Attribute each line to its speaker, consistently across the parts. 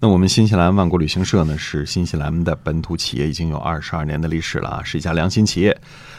Speaker 1: 那我们新西兰万国旅行社呢，是新西兰的本土企业，已经有二十二年的历史了啊，是一家良心企业。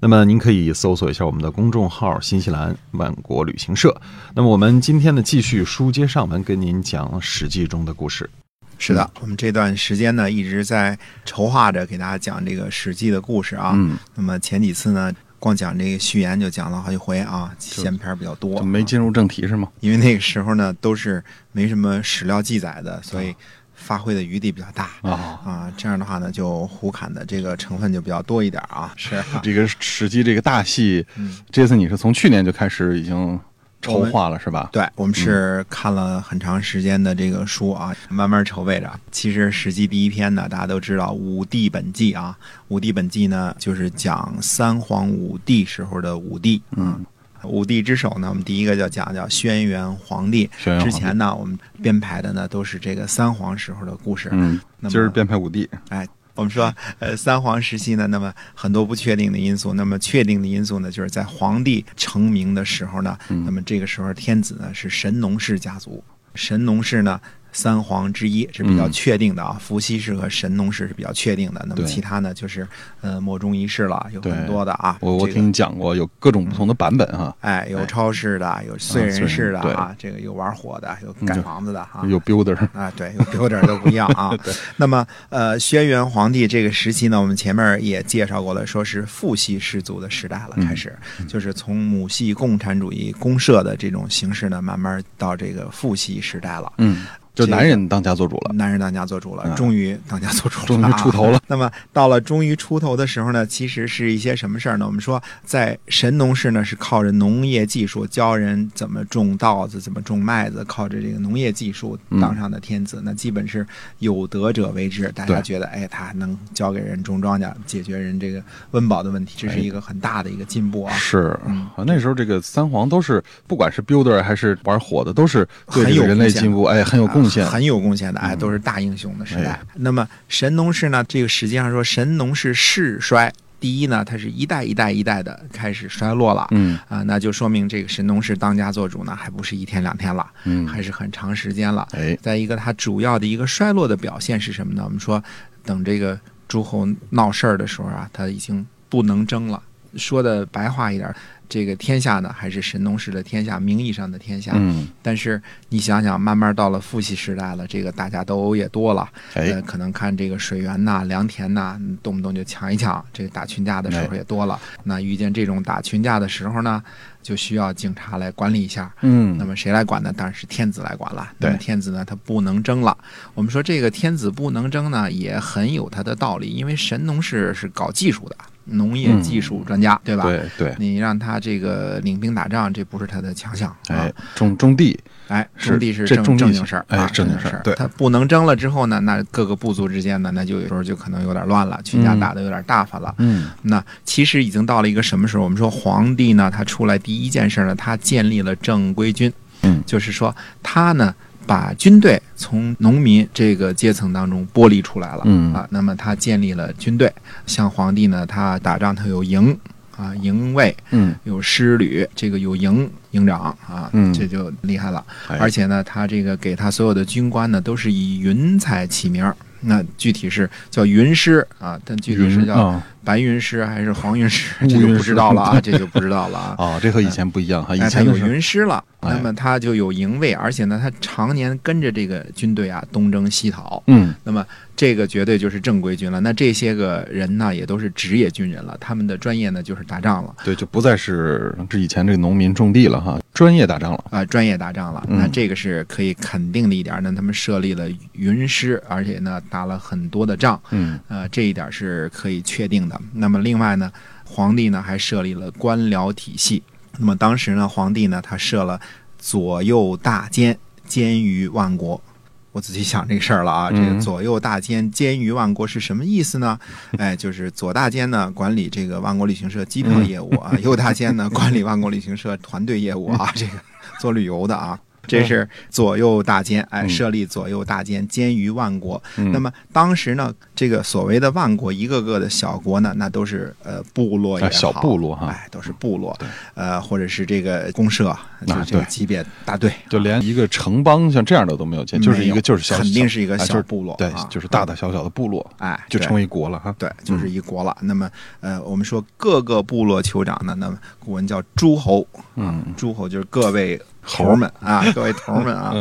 Speaker 1: 那么您可以搜索一下我们的公众号“新西兰万国旅行社”。那么我们今天呢，继续书接上文，跟您讲《史记》中的故事。
Speaker 2: 是的，我们这段时间呢一直在筹划着给大家讲这个《史记》的故事啊。
Speaker 1: 嗯，
Speaker 2: 那么前几次呢，光讲这个序言就讲了好几回啊，闲篇儿比较多，啊
Speaker 3: 就没进入正题是吗？
Speaker 2: 因为那个时候呢都是没什么史料记载的，所以发挥的余地比较大。
Speaker 3: 啊，
Speaker 2: 啊，这样的话呢，就胡侃的这个成分就比较多一点啊。 是啊，
Speaker 3: 这个《史记》这个大戏
Speaker 2: 嗯，
Speaker 3: 这次你是从去年就开始已经筹划了是吧？嗯
Speaker 2: 对我们是看了很长时间的这个书啊，慢慢筹备着。其实《史记》第一篇呢，大家都知道《武帝本纪》啊，《武帝本纪》呢就是讲三皇五帝时候的武帝。
Speaker 3: 嗯，
Speaker 2: 五帝之首呢，我们第一个就讲叫轩辕皇帝。
Speaker 3: 轩辕皇
Speaker 2: 之
Speaker 3: 帝
Speaker 2: 前呢，我们编排的呢都是这个三皇时候的故事。
Speaker 3: 嗯，
Speaker 2: 那么
Speaker 3: 今儿编排五帝，
Speaker 2: 哎我们说，呃，三皇时期呢，那么很多不确定的因素，那么确定的因素呢，就是在皇帝成名的时候呢，
Speaker 3: 嗯
Speaker 2: 那么这个时候天子呢是神农氏家族，神农氏呢三皇之一是比较
Speaker 3: 嗯
Speaker 2: 确定的啊，伏羲氏和神农氏是比较确定的，那么
Speaker 3: 对
Speaker 2: 其他呢就是呃莫衷一是了，有
Speaker 3: 对
Speaker 2: 很多的啊，
Speaker 3: 我我
Speaker 2: 这个
Speaker 3: 听你讲过有各种不同的版本啊哈，
Speaker 2: 哎，有超市的，有燧人氏的
Speaker 3: 啊燧人
Speaker 2: 啊，这个有玩火的，有
Speaker 3: 嗯
Speaker 2: 盖
Speaker 3: 对
Speaker 2: 房子的啊，
Speaker 3: 有 builder，
Speaker 2: 啊，对，有点都不一样啊。那么，呃，轩辕皇帝这个时期呢，我们前面也介绍过了，说是父系氏族的时代了，开始、就是从母系共产主义公社的这种形式呢，慢慢到这个父系时代了。
Speaker 3: 嗯，就
Speaker 2: 这个
Speaker 3: 男人当家做主了，
Speaker 2: 男人当家做主了，
Speaker 3: 嗯
Speaker 2: 终于当家做主了、啊，
Speaker 3: 终于出头了。
Speaker 2: 那么到了终于出头的时候呢，其实是一些什么事儿呢？我们说，在神农氏呢是靠着农业技术教人怎么种稻子、怎么种麦子，靠着这个农业技术
Speaker 3: 嗯
Speaker 2: 当上的天子，那基本是有德者为之。大家
Speaker 3: 对
Speaker 2: 觉得，哎，他能教给人种庄稼，解决人这个温饱的问题，这是
Speaker 3: 哎
Speaker 2: 一个很大的一个进步啊。
Speaker 3: 是
Speaker 2: 嗯，
Speaker 3: 啊那时候这个三皇都是，不管是 builder 还是玩火的，都是对
Speaker 2: 很
Speaker 3: 这
Speaker 2: 有
Speaker 3: 个人类
Speaker 2: 贡献
Speaker 3: 进步，哎，很有贡献嗯
Speaker 2: 啊。很有贡献的，哎，都是大英雄的时代
Speaker 3: 哎。
Speaker 2: 那么神农氏呢？这个实际上说，神农氏世衰。第一呢，它是一代一代一代的开始衰落了，
Speaker 3: 嗯
Speaker 2: 啊，那就说明这个神农氏当家做主呢，还不是一天两天了，
Speaker 3: 嗯，
Speaker 2: 还是很长时间了。
Speaker 3: 哎，
Speaker 2: 再一个，它主要的一个衰落的表现是什么呢？我们说，等这个诸侯闹事儿的时候啊，他已经不能争了。说的白话一点儿，这个天下呢，还是神农氏的天下，名义上的天下。
Speaker 3: 嗯，
Speaker 2: 但是你想想，慢慢到了父系时代了，这个大家斗殴也多了，呃，
Speaker 3: 哎，
Speaker 2: 可能看这个水源呐、良田呐，嗯动不动就抢一抢，这个打群架的时候
Speaker 3: 哎
Speaker 2: 也多了。那遇见这种打群架的时候呢，就需要警察来管理一下。
Speaker 3: 嗯
Speaker 2: 那，么谁来管呢？当然是天子来管了。那
Speaker 3: 对
Speaker 2: 么天子呢，他不能争了。我们说这个天子不能争呢，也很有他的道理，因为神农氏是搞技术的，农业
Speaker 3: 嗯
Speaker 2: 技术专家，对吧？啊
Speaker 3: 对对，
Speaker 2: 你让他这个领兵打仗，这不是他的强项。啊
Speaker 3: 哎，种种地，
Speaker 2: 哎，
Speaker 3: 是
Speaker 2: 种地是
Speaker 3: 这
Speaker 2: 正
Speaker 3: 种地
Speaker 2: 正
Speaker 3: 是
Speaker 2: 经事儿，
Speaker 3: 哎
Speaker 2: 啊
Speaker 3: 正
Speaker 2: 经
Speaker 3: 经
Speaker 2: 事
Speaker 3: 事儿
Speaker 2: 儿。
Speaker 3: 对
Speaker 2: 他不能争了之后呢，那各个部族之间呢，那就有时候就可能有点乱了，群架
Speaker 3: 嗯
Speaker 2: 打的有点大发了。
Speaker 3: 嗯，
Speaker 2: 那其实已经到了一个什么时候？我们说皇帝呢，他出来第一件事呢，他建立了正规军，
Speaker 3: 嗯
Speaker 2: 就是说他呢把军队从农民这个阶层当中剥离出来了，
Speaker 3: 嗯
Speaker 2: 啊，那么他建立了军队，像皇帝呢，他打仗他有营啊，营卫
Speaker 3: 嗯，
Speaker 2: 有师旅，这个有营营长啊，
Speaker 3: 嗯
Speaker 2: 这就厉害了。
Speaker 3: 哎
Speaker 2: 而且呢，他这个给他所有的军官呢，都是以云彩起名儿。那具体是叫云师啊，但具体是
Speaker 3: 云
Speaker 2: 叫
Speaker 3: 啊
Speaker 2: 白云师还是黄云 师，
Speaker 3: 乌
Speaker 2: 这就
Speaker 3: 云
Speaker 2: 不
Speaker 3: 师
Speaker 2: 知道了啊，这就不知道了啊。
Speaker 3: 啊，这和以前不一样哈，以
Speaker 2: 哎，他
Speaker 3: 前
Speaker 2: 有
Speaker 3: 都是
Speaker 2: 云师了，
Speaker 3: 哎
Speaker 2: 那么他就有营卫，而且呢，他常年跟着这个军队啊东征西讨，
Speaker 3: 嗯，
Speaker 2: 那么这个绝对就是正规军了。那这些个人呢，也都是职业军人了，他们的专业呢就是打仗了。
Speaker 3: 对，就不再是这以前这个农民种地了哈，专业打仗了。
Speaker 2: 啊、专业打仗了，
Speaker 3: 嗯
Speaker 2: 那这个是可以肯定的一点儿。那他们设立了云师，而且呢打了很多的仗，
Speaker 3: 嗯，
Speaker 2: 呃，这一点儿是可以确定的。那么另外呢，皇帝呢还设立了官僚体系。那么当时呢，皇帝呢他设了左右大监，监于万国。我仔细想这个事儿了啊，这个
Speaker 3: 嗯
Speaker 2: 左右大监监于万国是什么意思呢？哎，就是左大监呢管理这个万国旅行社机票业务 啊，右大监呢管理万国旅行社团队业务啊，这个做旅游的
Speaker 3: 嗯
Speaker 2: 啊。这是左右大监，哎，设立左右大监，监于万国。
Speaker 3: 嗯
Speaker 2: 那么当时呢，这个所谓的万国，一个个的小国呢，那都是呃部落也好，
Speaker 3: 啊小部落哈
Speaker 2: 哎，都是部落，呃，或者是这个公社，就是这个
Speaker 3: 对
Speaker 2: 级别大队，
Speaker 3: 就连一个城邦像这样的都没有建，
Speaker 2: 没
Speaker 3: 就是一
Speaker 2: 有
Speaker 3: 个就是小，
Speaker 2: 肯定是一个
Speaker 3: 啊
Speaker 2: 小
Speaker 3: 就是
Speaker 2: 部落
Speaker 3: 对
Speaker 2: 啊，
Speaker 3: 就是大大小小的部落，
Speaker 2: 哎，
Speaker 3: 就
Speaker 2: 对
Speaker 3: 成为一嗯国了哈。
Speaker 2: 对，就是一国了。那么，呃，我们说各个部落酋长呢，那么古文叫诸侯，
Speaker 3: 嗯，
Speaker 2: 诸侯就是各位头儿们啊，各位头儿们啊。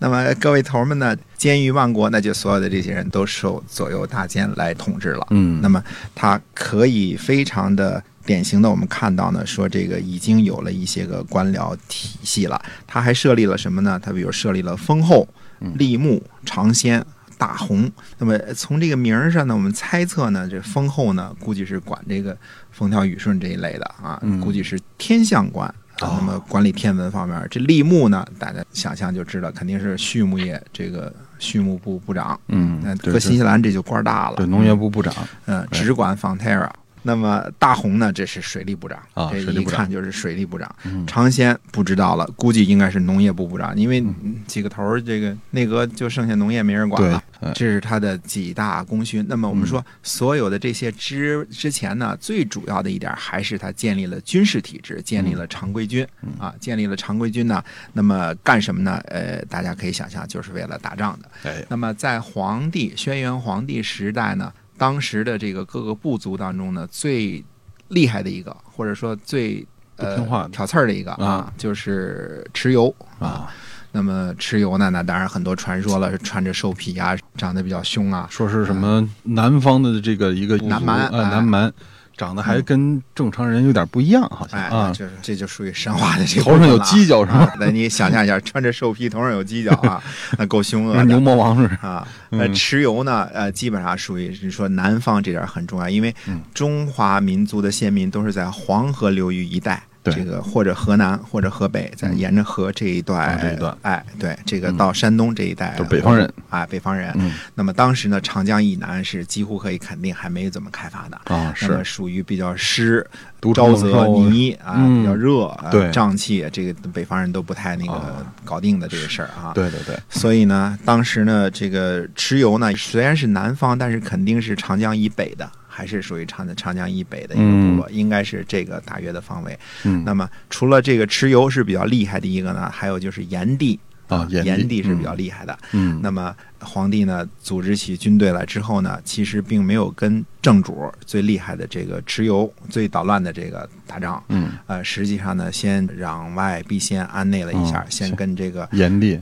Speaker 2: 那么各位头儿们呢，监于万国，那就所有的这些人都受左右大监来统治了。
Speaker 3: 嗯
Speaker 2: 那么它可以非常的典型的，我们看到呢，说这个已经有了一些个官僚体系了。它还设立了什么呢？它比如设立了封后、
Speaker 3: 嗯
Speaker 2: 立木、尝鲜。大红，那么从这个名儿上呢，我们猜测呢，这封后呢，估计是管这个风调雨顺这一类的啊，
Speaker 3: 嗯
Speaker 2: 估计是天象官。
Speaker 3: 哦
Speaker 2: 啊那么管理天文方面，这立木呢，大家想象就知道，肯定是畜牧业这个畜牧部部长。
Speaker 3: 嗯
Speaker 2: 那
Speaker 3: 对
Speaker 2: 搁新
Speaker 3: 对
Speaker 2: 西兰这就官儿大了。
Speaker 3: 对，农业部部长，
Speaker 2: 嗯，只管 Fonterra。那么大红呢，这是水利部长
Speaker 3: 啊
Speaker 2: 这
Speaker 3: 水
Speaker 2: 一
Speaker 3: 利部长嗯
Speaker 2: 看就是水利部长。尝鲜不知道了，估计应该是农业部部长，因为嗯几个头儿，这个内阁就剩下农业没人管
Speaker 3: 对
Speaker 2: 了。，
Speaker 3: 嗯
Speaker 2: 这是他的几大功勋。那么我们说，所有的这些之之前呢，最主要的一点还是他建立了军事体制，建立了常规军
Speaker 3: 嗯
Speaker 2: 啊，建立了常规军呢。那么干什么呢？呃，大家可以想象，就是为了打仗的。
Speaker 3: 哎，
Speaker 2: 那么在皇帝轩辕皇帝时代呢，当时的这个各个部族当中呢，最厉害的一个，或者说最呃
Speaker 3: 不听话的
Speaker 2: 挑刺儿的一个
Speaker 3: 啊，
Speaker 2: 就是蚩尤
Speaker 3: 啊。
Speaker 2: 那么蚩尤呢，那当然很多传说了，穿着兽皮啊，长得比较凶啊，
Speaker 3: 说是什么南方的这个一个部族
Speaker 2: 南蛮
Speaker 3: 啊，
Speaker 2: 哎
Speaker 3: 南蛮，长得还跟正常人有点不一样，好像
Speaker 2: 哎，
Speaker 3: 啊，
Speaker 2: 就是这就属于神话的这个
Speaker 3: 头上有 犄角是吧？
Speaker 2: 那你想象一下，穿着兽皮，头上有犄角 啊，那够凶恶
Speaker 3: 跟
Speaker 2: 的
Speaker 3: 牛。魔王似的。
Speaker 2: 啊，那
Speaker 3: 嗯
Speaker 2: 蚩尤呢，呃，基本上属于是说南方这点很重要，因为
Speaker 3: 嗯
Speaker 2: 中华民族的先民都是在黄河流域一带。
Speaker 3: 对
Speaker 2: 这个或者河南或者河北，在沿着河这一段
Speaker 3: 啊，这一段嗯
Speaker 2: 哎，对，这个到山东这一带，
Speaker 3: 都是北方人
Speaker 2: 啊，北方人
Speaker 3: 嗯。
Speaker 2: 那么当时呢，长江以南是几乎可以肯定还没怎么开发的，
Speaker 3: 啊，
Speaker 2: 那么
Speaker 3: 是
Speaker 2: 属于比较湿、
Speaker 3: 独
Speaker 2: 沼
Speaker 3: 城
Speaker 2: 泽、
Speaker 3: 猛兽
Speaker 2: 泥啊，
Speaker 3: 嗯
Speaker 2: 比较热，啊
Speaker 3: 对
Speaker 2: 瘴气，这个北方人都不太那个
Speaker 3: 啊
Speaker 2: 搞定的这个事儿啊。
Speaker 3: 对对对，
Speaker 2: 所以呢，当时呢，这个蚩尤呢，虽然是南方，但是肯定是长江以北的，还是属于长长江以北的一个部落，应该是这个大约的方位。
Speaker 3: 嗯
Speaker 2: 那么除了这个蚩尤是比较厉害的一个呢，还有就是炎帝
Speaker 3: 啊炎帝
Speaker 2: 炎帝是比较厉害的。
Speaker 3: 嗯，
Speaker 2: 那么皇帝呢，组织起军队来之后呢，其实并没有跟正主最厉害的这个蚩尤、最捣乱的这个打仗。
Speaker 3: 嗯，
Speaker 2: 呃，实际上呢，先攘外必先安内了一下，
Speaker 3: 哦
Speaker 2: 先
Speaker 3: 是
Speaker 2: 跟这个
Speaker 3: 炎帝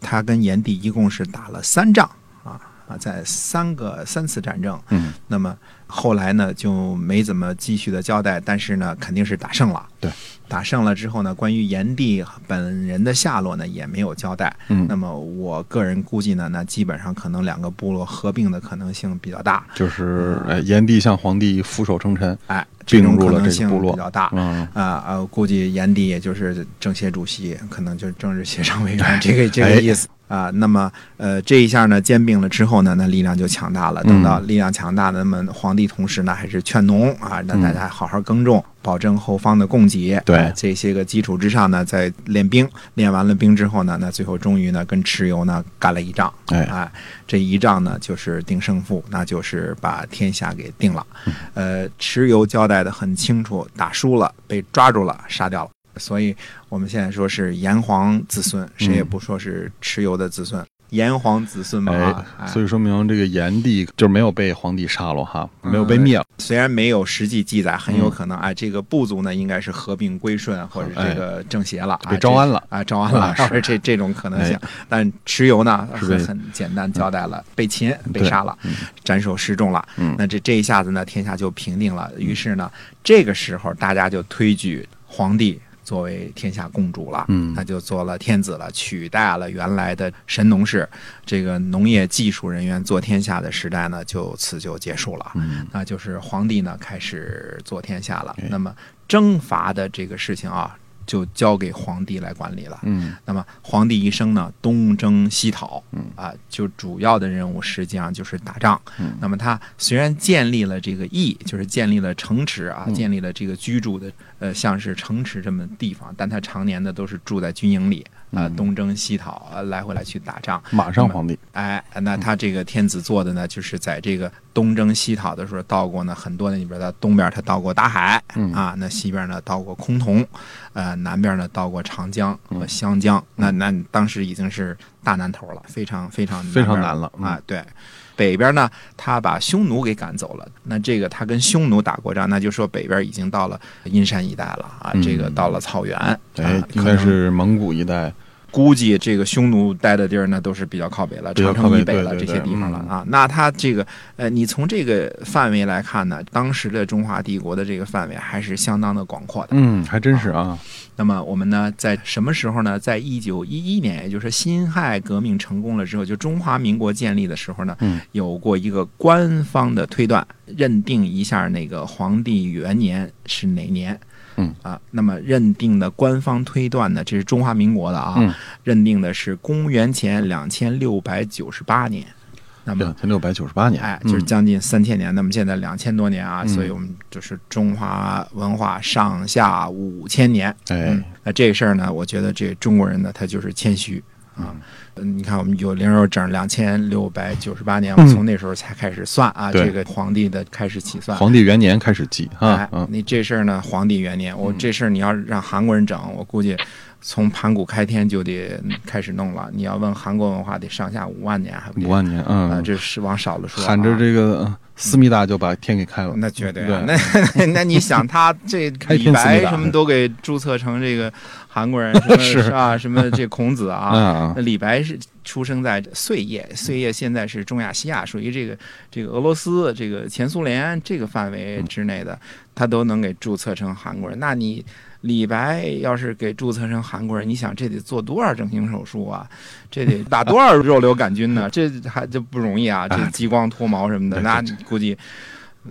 Speaker 2: 他跟炎帝一共是打了三仗啊啊，在三个三次战争。
Speaker 3: 嗯，
Speaker 2: 那么后来呢就没怎么继续的交代，但是呢肯定是打胜了。
Speaker 3: 对，
Speaker 2: 打胜了之后呢，关于炎帝本人的下落呢也没有交代。
Speaker 3: 嗯
Speaker 2: 那么我个人估计呢，那基本上可能两个部落合并的可能性比较大。
Speaker 3: 就是哎，炎帝向皇帝俯首称臣，
Speaker 2: 哎，
Speaker 3: 并
Speaker 2: 种
Speaker 3: 入
Speaker 2: 可
Speaker 3: 了
Speaker 2: 能
Speaker 3: 这
Speaker 2: 性
Speaker 3: 个部落
Speaker 2: 比较大。
Speaker 3: 嗯，
Speaker 2: 啊啊！我估计炎帝也就是政协主席，可能就是政治协商委员这个这个意思啊。那么呃，这一下呢兼并了之后呢，那力量就强大了。等到力量强大，那么皇帝同时呢还是劝农啊，让大家好好耕种，保证后方的供给。
Speaker 3: 对
Speaker 2: 啊这些个基础之上呢，再练兵，练完了兵之后呢，那最后终于呢跟蚩尤呢干了一仗。
Speaker 3: 哎，
Speaker 2: 哎，这一仗呢就是定胜负，那就是把天下给定了。
Speaker 3: 嗯
Speaker 2: 呃，蚩尤交代的很清楚，打输了被抓住了，杀掉了。所以我们现在说是炎黄子孙，谁也不说是蚩尤的子孙，炎黄子孙嘛。啊
Speaker 3: 嗯哎，所以说明这个炎帝就是没有被皇帝杀了哈，
Speaker 2: 嗯
Speaker 3: 没有被灭了，
Speaker 2: 虽然没有实际记载，很有可能哎，这个部族呢应该是合并归顺或者
Speaker 3: 嗯
Speaker 2: 这
Speaker 3: 哎
Speaker 2: 个政协了，
Speaker 3: 被招安了
Speaker 2: 啊，招安了
Speaker 3: 啊，是哎
Speaker 2: 是这这种可能性。但蚩尤呢，
Speaker 3: 是被嗯
Speaker 2: 很很简单交代了，被擒、被
Speaker 3: 对
Speaker 2: 杀了，斩首示众了。
Speaker 3: 嗯
Speaker 2: 那这这一下子呢，天下就平定了。于是呢，这个时候大家就推举皇帝。作为天下共主了，
Speaker 3: 嗯
Speaker 2: 那就做了天子了，取代了原来的神农氏，这个农业技术人员做天下的时代呢，就此就结束了。
Speaker 3: 嗯，
Speaker 2: 那就是皇帝呢开始做天下了
Speaker 3: 哎。
Speaker 2: 那么征伐的这个事情啊，就交给皇帝来管理了。
Speaker 3: 嗯
Speaker 2: 那么皇帝一生呢，东征西讨，啊，就主要的任务实际上就是打仗。
Speaker 3: 嗯
Speaker 2: 那么他虽然建立了这个邑，就是建立了城池啊，
Speaker 3: 嗯
Speaker 2: 建立了这个居住的呃，像是城池这么地方，但他常年的都是住在军营里啊，
Speaker 3: 嗯
Speaker 2: 东征西讨，啊来回来去打仗。
Speaker 3: 马上皇帝，
Speaker 2: 哎，那他这个天子做的呢，就是在这个东征西讨的时候到过呢很多那里边的东边他到过大海、
Speaker 3: 嗯
Speaker 2: 啊，那西边呢到过崆峒，呃，南边呢到过长江
Speaker 3: 嗯
Speaker 2: 和湘江，那那当时已经是大难头了，非常非常
Speaker 3: 非常
Speaker 2: 南边
Speaker 3: 难了嗯
Speaker 2: 啊，对。北边呢，他把匈奴给赶走了。那这个他跟匈奴打过仗，那就说北边已经到了阴山一带了啊，这个到了草原，
Speaker 3: 嗯哎
Speaker 2: 啊，
Speaker 3: 应
Speaker 2: 可
Speaker 3: 该
Speaker 2: 能
Speaker 3: 是蒙古一带，
Speaker 2: 估计这个匈奴待的地儿呢，都是比较靠北了，
Speaker 3: 比较
Speaker 2: 长
Speaker 3: 靠
Speaker 2: 城
Speaker 3: 北
Speaker 2: 以北了
Speaker 3: 对对
Speaker 2: 这些地方了
Speaker 3: 对嗯
Speaker 2: 啊。那它这个呃，你从这个范围来看呢，当时的中华帝国的这个范围还是相当的广阔的。
Speaker 3: 嗯，还真是啊，
Speaker 2: 那么我们呢，在什么时候呢？在一九一一年，也就是辛亥革命成功了之后，就中华民国建立的时候呢，
Speaker 3: 嗯
Speaker 2: 有过一个官方的推断，认定一下那个皇帝元年是哪年。
Speaker 3: 嗯
Speaker 2: 啊，那么认定的官方推断呢，这是中华民国的啊，
Speaker 3: 嗯
Speaker 2: 认定的是公元前两千六百九十八年。那么
Speaker 3: 两千六百九十八年，
Speaker 2: 嗯哎，就是将近三千年，那么现在两千多年啊，
Speaker 3: 嗯
Speaker 2: 所以我们就是中华文化上下五千年。
Speaker 3: 哎
Speaker 2: 嗯，那这事儿呢，我觉得这中国人呢，他就是谦虚啊。嗯你看，我们有零肉整两千六百九十八年，我们从那时候才开始算啊，
Speaker 3: 嗯对
Speaker 2: 这个皇帝的开始起算。
Speaker 3: 皇帝元年开始计
Speaker 2: 哎
Speaker 3: 啊，，嗯，
Speaker 2: 你这事儿呢，皇帝元年，我这事儿你要让韩国人整，我估计从盘古开天就得开始弄了。你要问韩国文化，得上下五万年还不止
Speaker 3: 五万年，
Speaker 2: 啊，
Speaker 3: 嗯，
Speaker 2: 这是往少了说啊。
Speaker 3: 喊着这个呃思密达就把天给开了，
Speaker 2: 那绝对啊，
Speaker 3: 对
Speaker 2: 那 那那你想他这
Speaker 3: 开
Speaker 2: 李
Speaker 3: 天赐
Speaker 2: 白
Speaker 3: 密达
Speaker 2: 什么都给注册成这个韩 国人什么
Speaker 3: 是
Speaker 2: 啊，什么这孔子 啊，
Speaker 3: 啊
Speaker 2: 那李白是出生在碎叶，碎叶现在是中亚西亚，属于这个这个俄罗斯、这个前苏联这个范围
Speaker 3: 嗯
Speaker 2: 之内的，他都能给注册成韩国人。那你李白要是给注册成韩国人，你想这得做多少整形手术啊？这 得打多少肉瘤杆菌呢？这还这不容易啊！这激光脱毛什么的，
Speaker 3: 对
Speaker 2: 那估计。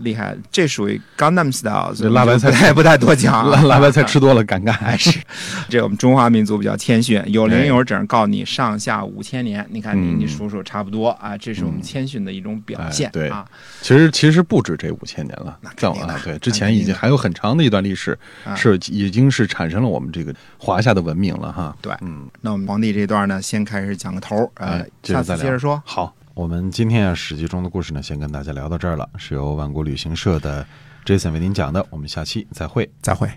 Speaker 2: 厉害，这属于 Gangnam Style，所以
Speaker 3: 辣白菜
Speaker 2: 不太不太多讲啊
Speaker 3: 辣，辣白菜吃多了尴尬，
Speaker 2: 哎， 是这我们中华民族比较谦逊，有零有整，告你上下五千年。你看你
Speaker 3: 嗯
Speaker 2: 你数数差不多啊，这是我们谦逊的一种表现
Speaker 3: 哎对
Speaker 2: 啊。
Speaker 3: 其实其实不止这五千年了，
Speaker 2: 肯
Speaker 3: 早
Speaker 2: 定的啊
Speaker 3: 啊，对，
Speaker 2: 那
Speaker 3: 之
Speaker 2: 肯
Speaker 3: 前
Speaker 2: 定
Speaker 3: 已经
Speaker 2: 的
Speaker 3: 还有很长的一段历史，是已经是产生了我们这个华夏的文明了哈。
Speaker 2: 对
Speaker 3: 嗯，
Speaker 2: 那我们皇帝这段呢，先开始讲个头儿，呃
Speaker 3: 哎，接
Speaker 2: 下
Speaker 3: 着
Speaker 2: 次
Speaker 3: 再
Speaker 2: 接
Speaker 3: 聊
Speaker 2: 着说。
Speaker 3: 好，
Speaker 1: 我们今天啊，史记中的故事呢，先跟大家聊到这儿了，是由万国旅行社的 Jason 为您讲的，我们下期再会。
Speaker 2: 再会。